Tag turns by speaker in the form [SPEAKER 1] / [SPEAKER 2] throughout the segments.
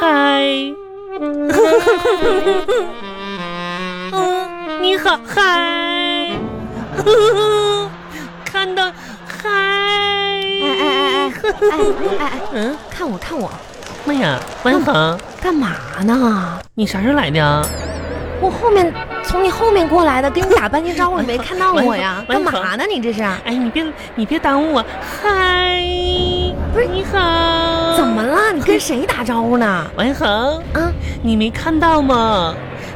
[SPEAKER 1] 嗨，嗯，你好嗨，看到嗨，
[SPEAKER 2] 哎哎哎哎哎哎哎，
[SPEAKER 1] 嗯，
[SPEAKER 2] 看我看我，
[SPEAKER 1] 妈呀，晚上
[SPEAKER 2] 干嘛呢？
[SPEAKER 1] 你啥时候来的啊？
[SPEAKER 2] 我后面从你后面过来的，跟你打半天招呼，你没看到 我呀？
[SPEAKER 1] 完
[SPEAKER 2] 干
[SPEAKER 1] 了
[SPEAKER 2] 嘛呢？你这是
[SPEAKER 1] 哎，你别你别耽误我，嗨，
[SPEAKER 2] 不是
[SPEAKER 1] 你好，
[SPEAKER 2] 怎么了？你跟谁打招呼呢？
[SPEAKER 1] 王一恒，
[SPEAKER 2] 啊，
[SPEAKER 1] 你没看到吗？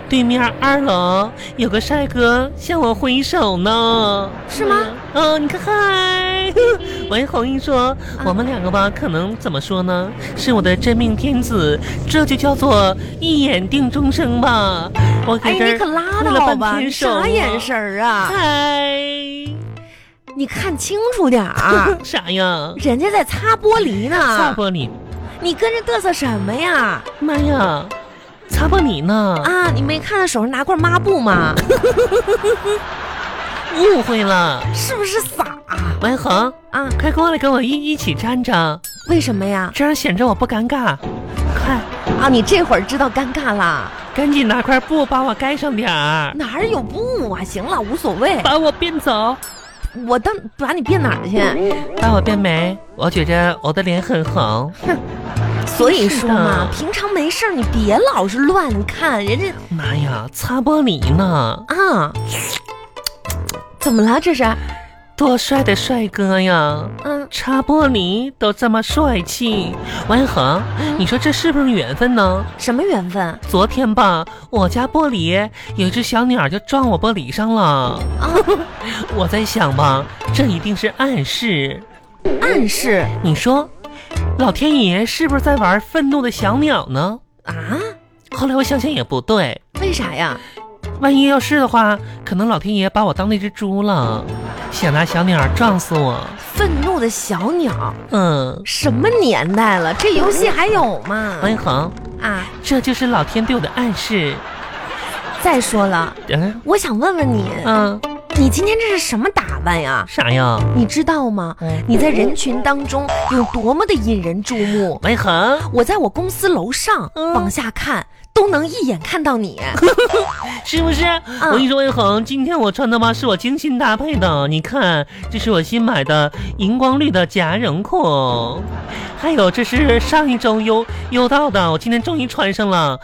[SPEAKER 1] 对面二楼有个帅哥向我挥手呢，
[SPEAKER 2] 是吗
[SPEAKER 1] 嗯、哦，你看嗨， 王一恒一说，我们两个吧，可能怎么说呢？是我的真命天子，这就叫做一眼定终生吧。我
[SPEAKER 2] 哎，
[SPEAKER 1] 给这
[SPEAKER 2] 你
[SPEAKER 1] 儿
[SPEAKER 2] 可拉
[SPEAKER 1] 挥了
[SPEAKER 2] 倒
[SPEAKER 1] 半
[SPEAKER 2] 吧！
[SPEAKER 1] 天
[SPEAKER 2] 你
[SPEAKER 1] 手
[SPEAKER 2] 啥眼神
[SPEAKER 1] 啊？
[SPEAKER 2] 儿啊？
[SPEAKER 1] 嗨，，
[SPEAKER 2] 你看清楚点儿啊
[SPEAKER 1] 啥呀？
[SPEAKER 2] 人家在擦玻璃
[SPEAKER 1] 擦
[SPEAKER 2] 呢，
[SPEAKER 1] 玻璃，
[SPEAKER 2] 你跟着嘚瑟什么呀？
[SPEAKER 1] 妈呀，擦玻璃呢？
[SPEAKER 2] 啊，你没看他手上拿块抹布吗？
[SPEAKER 1] 误会了，
[SPEAKER 2] 是不是傻
[SPEAKER 1] 王一恒，
[SPEAKER 2] 啊？
[SPEAKER 1] 快过来跟我一一起站着。
[SPEAKER 2] 为什么呀？
[SPEAKER 1] 这样显着我不尴尬。快，
[SPEAKER 2] 啊，你这会儿知道尴尬了，
[SPEAKER 1] 赶紧拿块布把我盖上点儿，
[SPEAKER 2] 哪儿有布啊？行了，无所谓，
[SPEAKER 1] 把我变走，
[SPEAKER 2] 我当把你变哪儿去？
[SPEAKER 1] 把我变没。我觉着我的脸很红。
[SPEAKER 2] 所以说嘛
[SPEAKER 1] 是的，
[SPEAKER 2] 平常没事儿你别老是乱看人家
[SPEAKER 1] 妈呀，擦玻璃呢！
[SPEAKER 2] 啊，怎么了这是？
[SPEAKER 1] 多帅的帅哥呀！
[SPEAKER 2] 嗯，
[SPEAKER 1] 擦玻璃都这么帅气，王一恒，你说这是不是缘分呢？
[SPEAKER 2] 什么缘分啊？
[SPEAKER 1] 昨天吧，我家玻璃有一只小鸟就撞我玻璃上了。 我在想吧，这一定是暗示。
[SPEAKER 2] 暗示
[SPEAKER 1] 你说，老天爷是不是在玩愤怒的小鸟呢？
[SPEAKER 2] 啊？
[SPEAKER 1] 后来我想想也不对，
[SPEAKER 2] 为啥呀？
[SPEAKER 1] 万一要是的话，可能老天爷把我当那只猪了，想拿小鸟撞死我。
[SPEAKER 2] 愤怒的小鸟，
[SPEAKER 1] 嗯，
[SPEAKER 2] 什么年代了？这游戏还有吗？
[SPEAKER 1] 王一恒，
[SPEAKER 2] 啊，
[SPEAKER 1] 这就是老天对我的暗示。
[SPEAKER 2] 再说了，
[SPEAKER 1] 嗯
[SPEAKER 2] 我想问问你，
[SPEAKER 1] 嗯，
[SPEAKER 2] 你今天这是什么打扮呀？
[SPEAKER 1] 啥呀？
[SPEAKER 2] 你知道吗？
[SPEAKER 1] 嗯，
[SPEAKER 2] 你在人群当中有多么的引人注目？
[SPEAKER 1] 王一恒，
[SPEAKER 2] 我在我公司楼上
[SPEAKER 1] 嗯
[SPEAKER 2] 往下看，都能一眼看 到你。
[SPEAKER 1] 是不是？
[SPEAKER 2] 嗯
[SPEAKER 1] 我跟你说，王一恒，今天我穿的吧是我精心搭配的，你看，这是我新买的荧光绿的夹绒裤，还有这是上一周邮邮到的，我今天终于穿上了。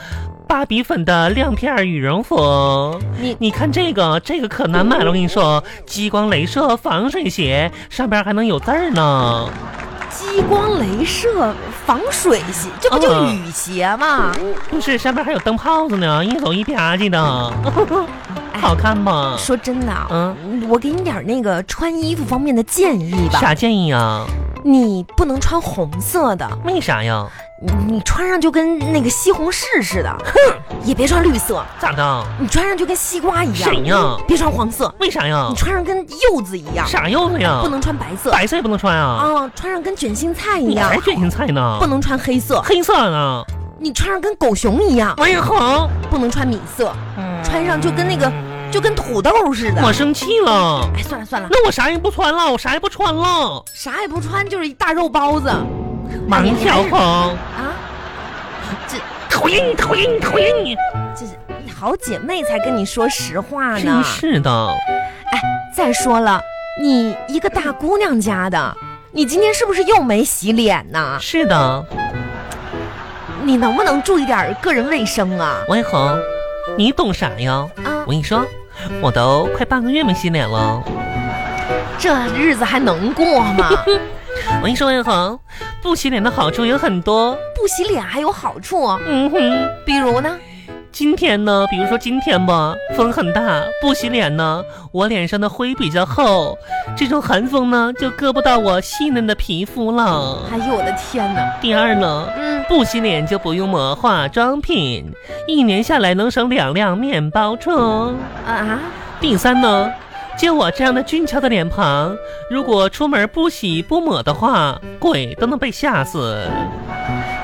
[SPEAKER 1] 芭比粉的亮片羽绒服，
[SPEAKER 2] 你
[SPEAKER 1] 你看这个，这个可难买了。我跟你说，激光镭射防水鞋，上边还能有字儿呢。
[SPEAKER 2] 激光镭射防水鞋，这不就
[SPEAKER 1] 嗯
[SPEAKER 2] 雨鞋吗？
[SPEAKER 1] 就是上边还有灯泡子呢，一走一吧唧的， 好看吗？
[SPEAKER 2] 哎说真的啊，
[SPEAKER 1] 嗯，
[SPEAKER 2] 我给你点儿那个穿衣服方面的建议吧。
[SPEAKER 1] 啥建议啊？
[SPEAKER 2] 你不能穿红色的，
[SPEAKER 1] 为啥呀？
[SPEAKER 2] 你你穿上就跟那个西红柿似的。也别穿绿色，
[SPEAKER 1] 咋的？
[SPEAKER 2] 你穿上就跟西瓜一样。
[SPEAKER 1] 谁呀
[SPEAKER 2] 别穿黄色，
[SPEAKER 1] 为啥呀
[SPEAKER 2] 你？穿上跟柚子一样。
[SPEAKER 1] 啥柚子呀？
[SPEAKER 2] 不能穿白色
[SPEAKER 1] 白色也不能穿啊！
[SPEAKER 2] 啊，穿上跟卷心菜一
[SPEAKER 1] 你
[SPEAKER 2] 样
[SPEAKER 1] 才，卷心菜呢
[SPEAKER 2] 不，能穿黑色，
[SPEAKER 1] 黑色呢？
[SPEAKER 2] 你穿上跟狗熊一样，
[SPEAKER 1] 王一恒，
[SPEAKER 2] 不能穿米色，穿上就跟那个就跟土豆似的。
[SPEAKER 1] 我生气了，
[SPEAKER 2] 哎，算了算了，
[SPEAKER 1] 那我啥也不穿了，我啥也不穿了。
[SPEAKER 2] 啥也不穿，就是一大肉包子
[SPEAKER 1] 王小红，
[SPEAKER 2] 啊！
[SPEAKER 1] 讨厌你，讨厌你，讨厌你！
[SPEAKER 2] 这是好姐妹才跟你说实话呢
[SPEAKER 1] 真。是的，
[SPEAKER 2] 再说了，你一个大姑娘家的，你今天是不是又没洗脸呢？
[SPEAKER 1] 是的，
[SPEAKER 2] 你能不能注意点个人卫生啊？
[SPEAKER 1] 王一恒，你懂啥呀？
[SPEAKER 2] 啊
[SPEAKER 1] 我，跟你说，我都快半个月没洗脸了。
[SPEAKER 2] 这日子还能过吗？
[SPEAKER 1] 我跟你说，王一恒，不洗脸的好处有很多。
[SPEAKER 2] 不洗脸还有好处，
[SPEAKER 1] 嗯哼。
[SPEAKER 2] 比如呢？
[SPEAKER 1] 今天呢，比如说今天吧，风很大，不洗脸呢，我脸上的灰比较厚，这种寒风呢就割不到我细嫩的皮肤了。
[SPEAKER 2] 哎呦我的天哪！
[SPEAKER 1] 第二呢，
[SPEAKER 2] 嗯，
[SPEAKER 1] 不洗脸就不用抹化妆品，一年下来能省两辆面包车。哦
[SPEAKER 2] 啊，
[SPEAKER 1] 第三呢，就我这样的俊俏的脸庞，如果出门不洗不抹的话，鬼都能被吓死。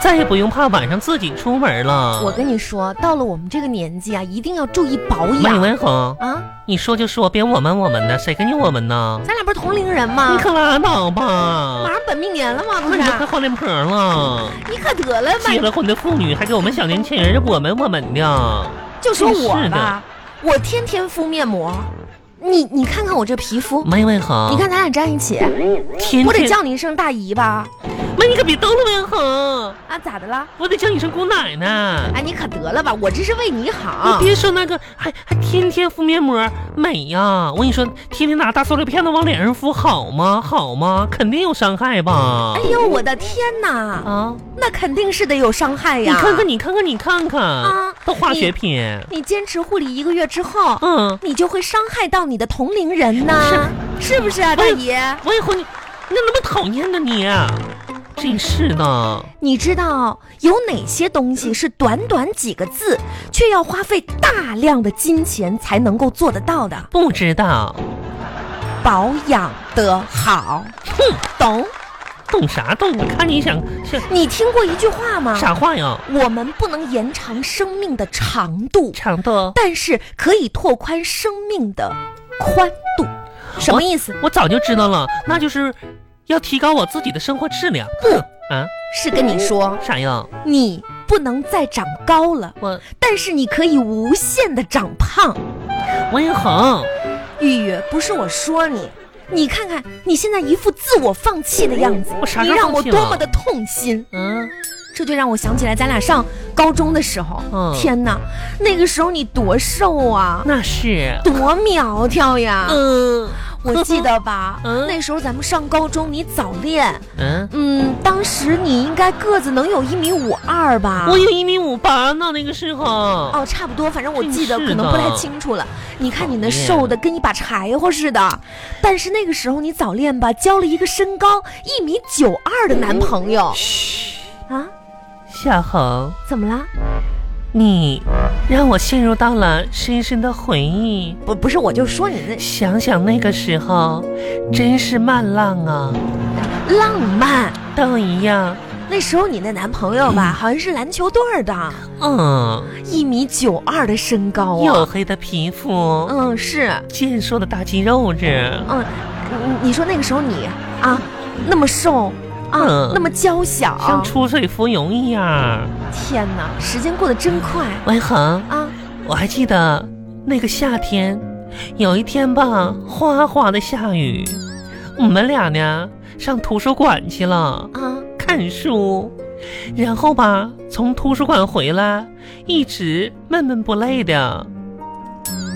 [SPEAKER 1] 再也不用怕晚上自己出门了。
[SPEAKER 2] 我跟你说，到了我们这个年纪啊，一定要注意保
[SPEAKER 1] 孟
[SPEAKER 2] 养
[SPEAKER 1] 文红，
[SPEAKER 2] 啊！
[SPEAKER 1] 你说就说，别我们我们的，谁跟你我们呢？
[SPEAKER 2] 咱俩不是同龄人吗
[SPEAKER 1] 你？可拉倒吧
[SPEAKER 2] 马！上本命年了吗？不是啊
[SPEAKER 1] 你，都快换脸婆了，
[SPEAKER 2] 你可得了吧！
[SPEAKER 1] 结了婚的妇女还给我们小年轻人我们我们的，
[SPEAKER 2] 就说我
[SPEAKER 1] 真是的
[SPEAKER 2] 吧，我天天敷面膜，你你看看我这皮肤，
[SPEAKER 1] 孟文红，
[SPEAKER 2] 你看咱俩站一起，
[SPEAKER 1] 嗯天天，
[SPEAKER 2] 我得叫你一声大姨吧？
[SPEAKER 1] 妈，你可别逗了，文红，
[SPEAKER 2] 啊，咋的了？
[SPEAKER 1] 我得叫你声姑奶奶。
[SPEAKER 2] 哎，你可得了吧，我这是为你好
[SPEAKER 1] 你。别说那个，还还天天敷面膜，美呀！我跟你说，天天拿大塑料片子往脸上敷，好吗？好吗？肯定有伤害吧
[SPEAKER 2] 哎？呦，我的天哪，
[SPEAKER 1] 啊！
[SPEAKER 2] 那肯定是得有伤害
[SPEAKER 1] 你
[SPEAKER 2] 呀！
[SPEAKER 1] 看看，你看看，你看看，
[SPEAKER 2] 啊
[SPEAKER 1] 都化学品，
[SPEAKER 2] 你坚持护理一个月之后，
[SPEAKER 1] 嗯，
[SPEAKER 2] 你就会伤害到你的同龄人呢，是不是啊，大
[SPEAKER 1] 哎呦
[SPEAKER 2] 姨？
[SPEAKER 1] 我以后你你咋那么讨厌呢你？真是的，
[SPEAKER 2] 你知道有哪些东西是短短几个字，却要花费大量的金钱才能够做得到的？
[SPEAKER 1] 不知道，
[SPEAKER 2] 保养得好，
[SPEAKER 1] 哼，
[SPEAKER 2] 懂？
[SPEAKER 1] 懂啥懂？我看你想想
[SPEAKER 2] 你听过一句话吗？
[SPEAKER 1] 啥话呀？
[SPEAKER 2] 我们不能延长生命的长度，
[SPEAKER 1] 长的，
[SPEAKER 2] 但是可以拓宽生命的宽度。什么意思？
[SPEAKER 1] 我早就知道了，那就是要提高我自己的生活质量。
[SPEAKER 2] 不
[SPEAKER 1] 啊，
[SPEAKER 2] 是跟你说，
[SPEAKER 1] 啥呀？
[SPEAKER 2] 你不能再长高了，
[SPEAKER 1] 我
[SPEAKER 2] 但是你可以无限的长胖。
[SPEAKER 1] 我也好。啊
[SPEAKER 2] 玉玉，不是我说你，你看看你现在一副自我放弃的样子
[SPEAKER 1] 嗯我啥，
[SPEAKER 2] 你
[SPEAKER 1] 时候
[SPEAKER 2] 让我
[SPEAKER 1] 放弃
[SPEAKER 2] 多
[SPEAKER 1] 了
[SPEAKER 2] 么的痛心。
[SPEAKER 1] 嗯，
[SPEAKER 2] 这就让我想起来咱俩上高中的时候，
[SPEAKER 1] 嗯
[SPEAKER 2] 天哪，那个时候你多瘦啊，
[SPEAKER 1] 那是，
[SPEAKER 2] 多苗条呀！
[SPEAKER 1] 嗯
[SPEAKER 2] 我记得 吧，
[SPEAKER 1] 嗯
[SPEAKER 2] 那时候咱们上高中，你早恋，
[SPEAKER 1] 嗯，
[SPEAKER 2] 嗯，当时你应该个子能有一米五二吧？
[SPEAKER 1] 啊我有一米五八呢，那个时候。
[SPEAKER 2] 哦，差不多，反正我记得，
[SPEAKER 1] 真是
[SPEAKER 2] 可
[SPEAKER 1] 的
[SPEAKER 2] 能不太清楚了。你看你那
[SPEAKER 1] 讨厌
[SPEAKER 2] 瘦的跟一把柴火似的，但是那个时候你早恋吧，交了一个身高一米九二的男朋友
[SPEAKER 1] 哦嘘，
[SPEAKER 2] 啊？
[SPEAKER 1] 夏侯，
[SPEAKER 2] 怎么了？
[SPEAKER 1] 你让我陷入到了深深的回忆。
[SPEAKER 2] 不，不是，我就说你
[SPEAKER 1] 想想那个时候，真是漫浪啊，
[SPEAKER 2] 那浪漫。
[SPEAKER 1] 都一样。
[SPEAKER 2] 那时候你那男朋友吧，好像是篮球队儿的，
[SPEAKER 1] 嗯，
[SPEAKER 2] 一米九二的身高
[SPEAKER 1] 黝
[SPEAKER 2] 啊。
[SPEAKER 1] 黑的皮肤，
[SPEAKER 2] 嗯，是，
[SPEAKER 1] 健硕的大肌肉子，
[SPEAKER 2] 嗯，你你说那个时候你啊，那么瘦啊，
[SPEAKER 1] 嗯
[SPEAKER 2] 那么娇小，哦
[SPEAKER 1] 像出水芙蓉一样。
[SPEAKER 2] 天哪，时间过得真快
[SPEAKER 1] 文恒，
[SPEAKER 2] 啊！
[SPEAKER 1] 我还记得那个夏天，有一天吧，哗哗的下雨，我们俩呢上图书馆去了
[SPEAKER 2] 啊，
[SPEAKER 1] 看书，然后吧从图书馆回来，一直闷闷不乐的。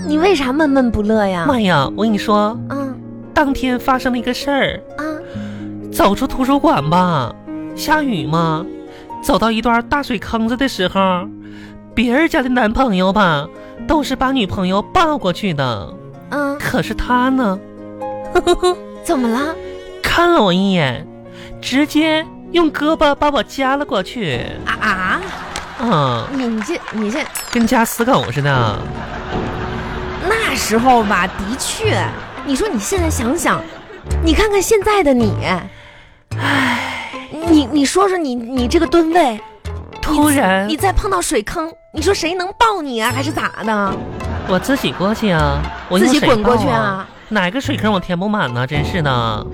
[SPEAKER 2] 你为啥闷闷不乐呀？
[SPEAKER 1] 妈呀，我跟你说，
[SPEAKER 2] 啊
[SPEAKER 1] 当天发生了一个事儿，
[SPEAKER 2] 啊！
[SPEAKER 1] 走出图书馆吧，下雨嘛，走到一段大水坑子的时候，别人家的男朋友吧都是把女朋友抱过去的。
[SPEAKER 2] 啊，
[SPEAKER 1] 可是他呢，
[SPEAKER 2] 怎么了？
[SPEAKER 1] 看了我一眼，直接用胳膊把我夹了过去，
[SPEAKER 2] 啊啊！
[SPEAKER 1] 嗯，
[SPEAKER 2] 你你这你这
[SPEAKER 1] 跟夹死狗似的。
[SPEAKER 2] 那时候吧，的确，你说你现在想想，你看看现在的你，唉，你你说说你你这个吨位，
[SPEAKER 1] 突然
[SPEAKER 2] 你，再碰到水坑，你说谁能抱你啊？还是咋的？
[SPEAKER 1] 我自己过去啊，我用
[SPEAKER 2] 自己
[SPEAKER 1] 谁
[SPEAKER 2] 滚过去
[SPEAKER 1] 抱
[SPEAKER 2] 啊！
[SPEAKER 1] 哪个水坑我填不满呢？真是的，
[SPEAKER 2] 啊，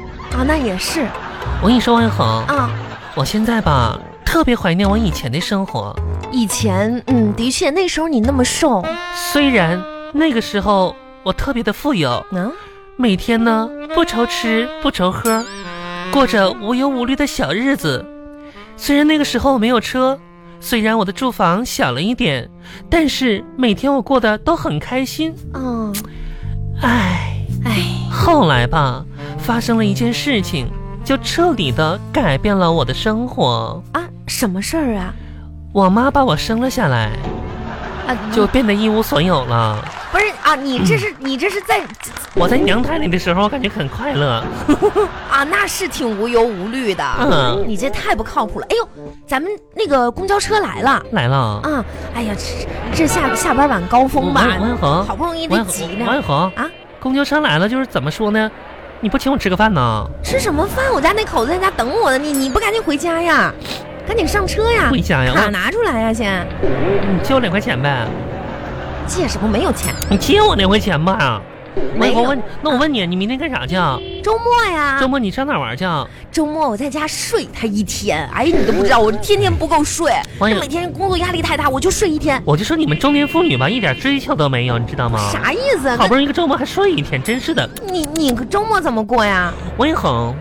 [SPEAKER 2] 那也是
[SPEAKER 1] 我跟你说，王一恒，
[SPEAKER 2] 啊。
[SPEAKER 1] 我现在吧特别怀念我以前的生活，
[SPEAKER 2] 以前，嗯，的确，那时候你那么瘦，
[SPEAKER 1] 虽然那个时候我特别的富有，
[SPEAKER 2] 嗯、
[SPEAKER 1] 每天呢不愁吃不愁喝，过着无忧无虑的小日子。虽然那个时候我没有车，虽然我的住房小了一点，但是每天我过得都很开心。
[SPEAKER 2] 嗯，
[SPEAKER 1] 唉，
[SPEAKER 2] 哎，
[SPEAKER 1] 后来吧，发生了一件事情，就彻底的改变了我的生活。
[SPEAKER 2] 啊，什么事儿啊？
[SPEAKER 1] 我妈把我生了下来，
[SPEAKER 2] 啊，
[SPEAKER 1] 就变得一无所有了。
[SPEAKER 2] 不是啊，你这是你这是在
[SPEAKER 1] 我在娘胎里的时候，我感觉很快乐。
[SPEAKER 2] 啊，那是挺无忧无虑的。
[SPEAKER 1] 嗯
[SPEAKER 2] 你这太不靠谱了。哎呦，咱们那个公交车来了
[SPEAKER 1] 来了，
[SPEAKER 2] 啊！哎呀，这这下下班晚高峰吧，
[SPEAKER 1] 王永恒，
[SPEAKER 2] 好不容易
[SPEAKER 1] 王
[SPEAKER 2] 得
[SPEAKER 1] 永
[SPEAKER 2] 挤
[SPEAKER 1] 恒，王
[SPEAKER 2] 呢
[SPEAKER 1] 永恒，
[SPEAKER 2] 啊！
[SPEAKER 1] 公交车来了，就是怎么说呢？你不请我吃个饭呢？
[SPEAKER 2] 吃什么饭？我家那口子在家等我呢，你你不赶紧回家呀？赶紧上车呀！
[SPEAKER 1] 回家呀
[SPEAKER 2] 卡拿出来呀，先
[SPEAKER 1] 你借我两块钱呗，
[SPEAKER 2] 借什么没有钱？
[SPEAKER 1] 你借我两块钱吧。我
[SPEAKER 2] 没有
[SPEAKER 1] 我问，那我问你，你明天干啥去啊？
[SPEAKER 2] 周末呀，
[SPEAKER 1] 周末你上哪玩去啊？
[SPEAKER 2] 周末我在家睡他一天，哎，你都不知道，我天天不够睡，
[SPEAKER 1] 哎
[SPEAKER 2] 这
[SPEAKER 1] 呀
[SPEAKER 2] 每天工作压力太大，我就睡一天，
[SPEAKER 1] 我就说你们中年妇女吧，一点追求都没有，你知道吗？
[SPEAKER 2] 啥意思啊？
[SPEAKER 1] 好不容易一个周末还睡一天，真是的。
[SPEAKER 2] 那你你周末怎么过呀？
[SPEAKER 1] 我也很，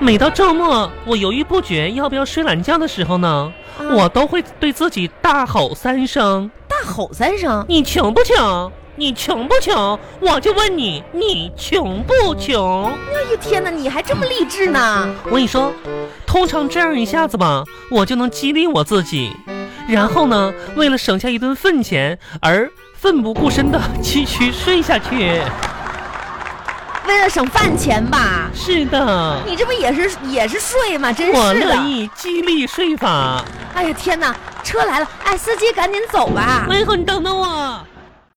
[SPEAKER 1] 每到周末我犹豫不决要不要睡懒觉的时候呢，
[SPEAKER 2] 啊
[SPEAKER 1] 我都会对自己大吼三声
[SPEAKER 2] 大吼三声：“，
[SPEAKER 1] 你穷不穷？你穷不穷？”我就问你，你穷不穷？
[SPEAKER 2] 哎呦天哪，你还这么励志呢？
[SPEAKER 1] 我跟你说，通常这样一下子吧，我就能激励我自己，然后呢，为了省下一顿饭钱而奋不顾身的继续睡下去。
[SPEAKER 2] 为了省饭钱吧？
[SPEAKER 1] 是的，
[SPEAKER 2] 你这不也是也是睡吗？真
[SPEAKER 1] 我
[SPEAKER 2] 是
[SPEAKER 1] 乐
[SPEAKER 2] 的！
[SPEAKER 1] 意激励睡法。
[SPEAKER 2] 哎呀天哪，车来了，哎，司机赶紧走吧。
[SPEAKER 1] 喂，哥，你等等我。